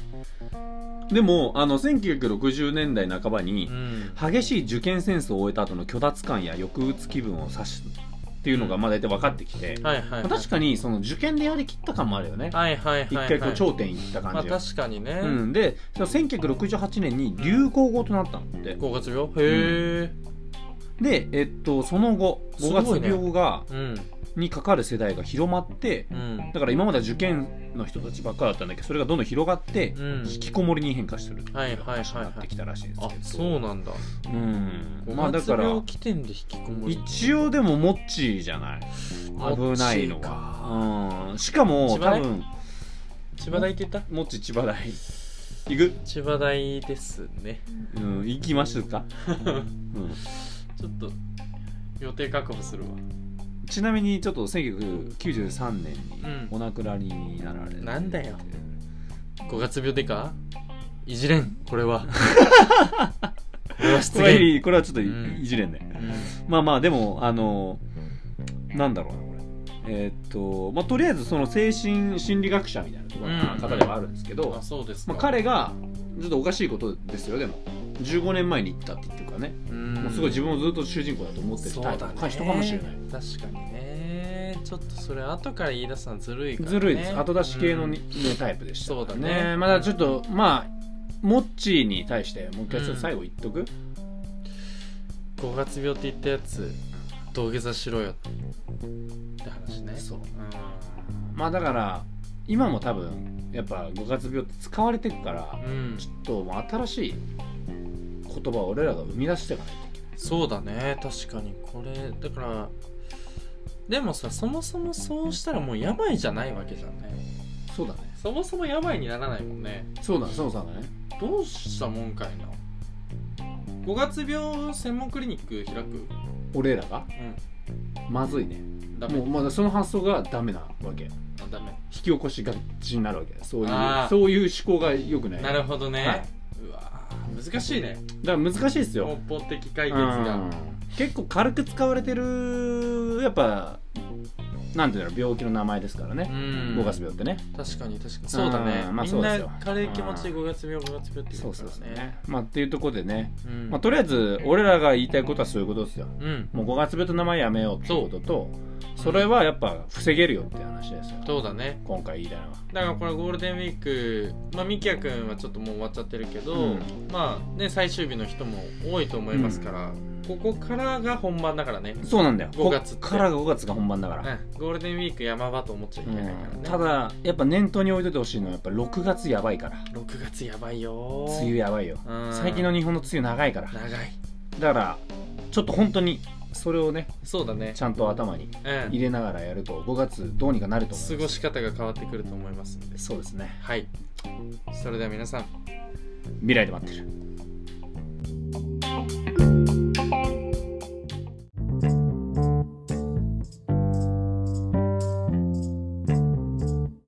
でもあの1960年代半ば
う
に
ん
激しい受験戦争を終えた後の虚脱感や抑うつ気分を指すっていうのがまあ大体分かってきて、ま
はいはいは
あ
い
確かにその受験でやりきった感もあるよね、
はいはいはい
一
はい
回こう頂点いった
ま
感
あ
じ、
確かにね
うん、でその1968年に流行語となったんだって
五月病へえ
で、えっと、その後
す
5
ごい
月
ね
病が、
うん
にかかる世代が広まって
うん
だから今までは受験の人たちばっかだったんだけどそれがどんどん広がって、
うん
引きこもりに変化するっていう
はいはいはいはい
話になってきたらしいですけど、
あそうなんだ
うん、ま
五
あだ
月
から
病起点で引きこもり
一応でもモッチーじゃない危ないのは、うん、しかも
千葉
多
大
分
千葉大って言った
モッチー千葉大行く、
千葉大ですね
うん、行きま
[laughs]
すか、うん、
ちょっと予定確保するわ
ちなみにちょっと1993年に
う
お亡くなりになられて、
なんだよ [laughs] 五月病でかいじれんこれはこれは
こ
失
れはい
礼。
いこれはちょっとい,、
うん
じれんね
うん
まあまあでもあのなんだろうなこれえーっとまあとりあえずその精神心理学者みたいなところの方ではあるんですけど、
あ、そうですか。
まあ、彼がちょっとおかしいことですよでも15年前に行ったって言ってるからね、
うん、
もうすごい自分をずっと主人公だと思ってるタイプの人かもしれない、
確かにねちょっとそれ後から言い出すのはずるいから、ね、
ずるいです後出し系の
うん
に、ねタイプでした
そうだね
まだちょっとまあモッチーに対してもう一回ちょっと最後言っとく、
五月病って言ったやつ土下座しろよって話ね
そう
う
まあだから今も多分やっぱ五月病って使われてるから
ん、うん
ちょっともう新しい言葉を俺らが生み出していかないといけ
そうだね確かにこれだからでもさそもそもそうしたらもう病じゃないわけじゃんね
ないそうだね
そもそも病にならないもんね
そうだそうだね
どうしたもんかいな五月病専門クリニック開く
俺らが
う
まずいね
んダメ
もうまだその発想がダメなわけ引
あダメ
き起こしがちになるわけそういう
あー
そういう思考が良くない
なるほどね、
はいう
わー難しいね
だから難しいですよ
根本的解決が
うん結構軽く使われてるやっぱなんていうの病気の名前ですからね
うん
五月病ってね
確かに確かにそうだね、
うんまあ
み
そ
ん
うで
な
すよ
軽い気持ちで5月病5月病って言うからね
まあっていうところでね、
うん、
まあ、とりあえず俺らが言いたいことはそういうことですよ
うん
もう五月病と名前やめようっていうこととそれはやっぱ防げるよって話ですよ
そうだね
今回言いたいのは
だからこれゴールデンウィークまあみきやくんはちょっともう終わっちゃってるけど、
うん
まあね最終日の人も多いと思いますから、ここからが本番だからね、
そうなんだよ
五月って
こっからが5月が本番だから、
うん、ゴールデンウィーク山場と思っちゃいけないからね、
ただやっぱ念頭に置いといてほしいのはやっぱ6月やばいから
6月やばいよ
梅雨やばいよ
うん
最近の日本の梅雨長いから
長い
だからちょっと本当にそれをね
そうだね
ちゃんと頭に
うん
入れながらやると5月どうにかなると思います
過ごし方が変わってくると思いますんで
そうですね
はいそれでは皆さん
未来で待ってる